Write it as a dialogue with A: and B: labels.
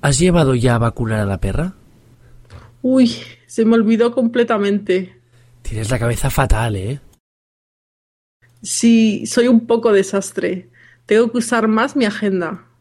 A: ¿Has llevado ya a vacunar a la perra?
B: Uy, se me olvidó completamente.
A: Tienes la cabeza fatal, ¿eh?
B: Sí, soy un poco desastre. Tengo que usar más mi agenda.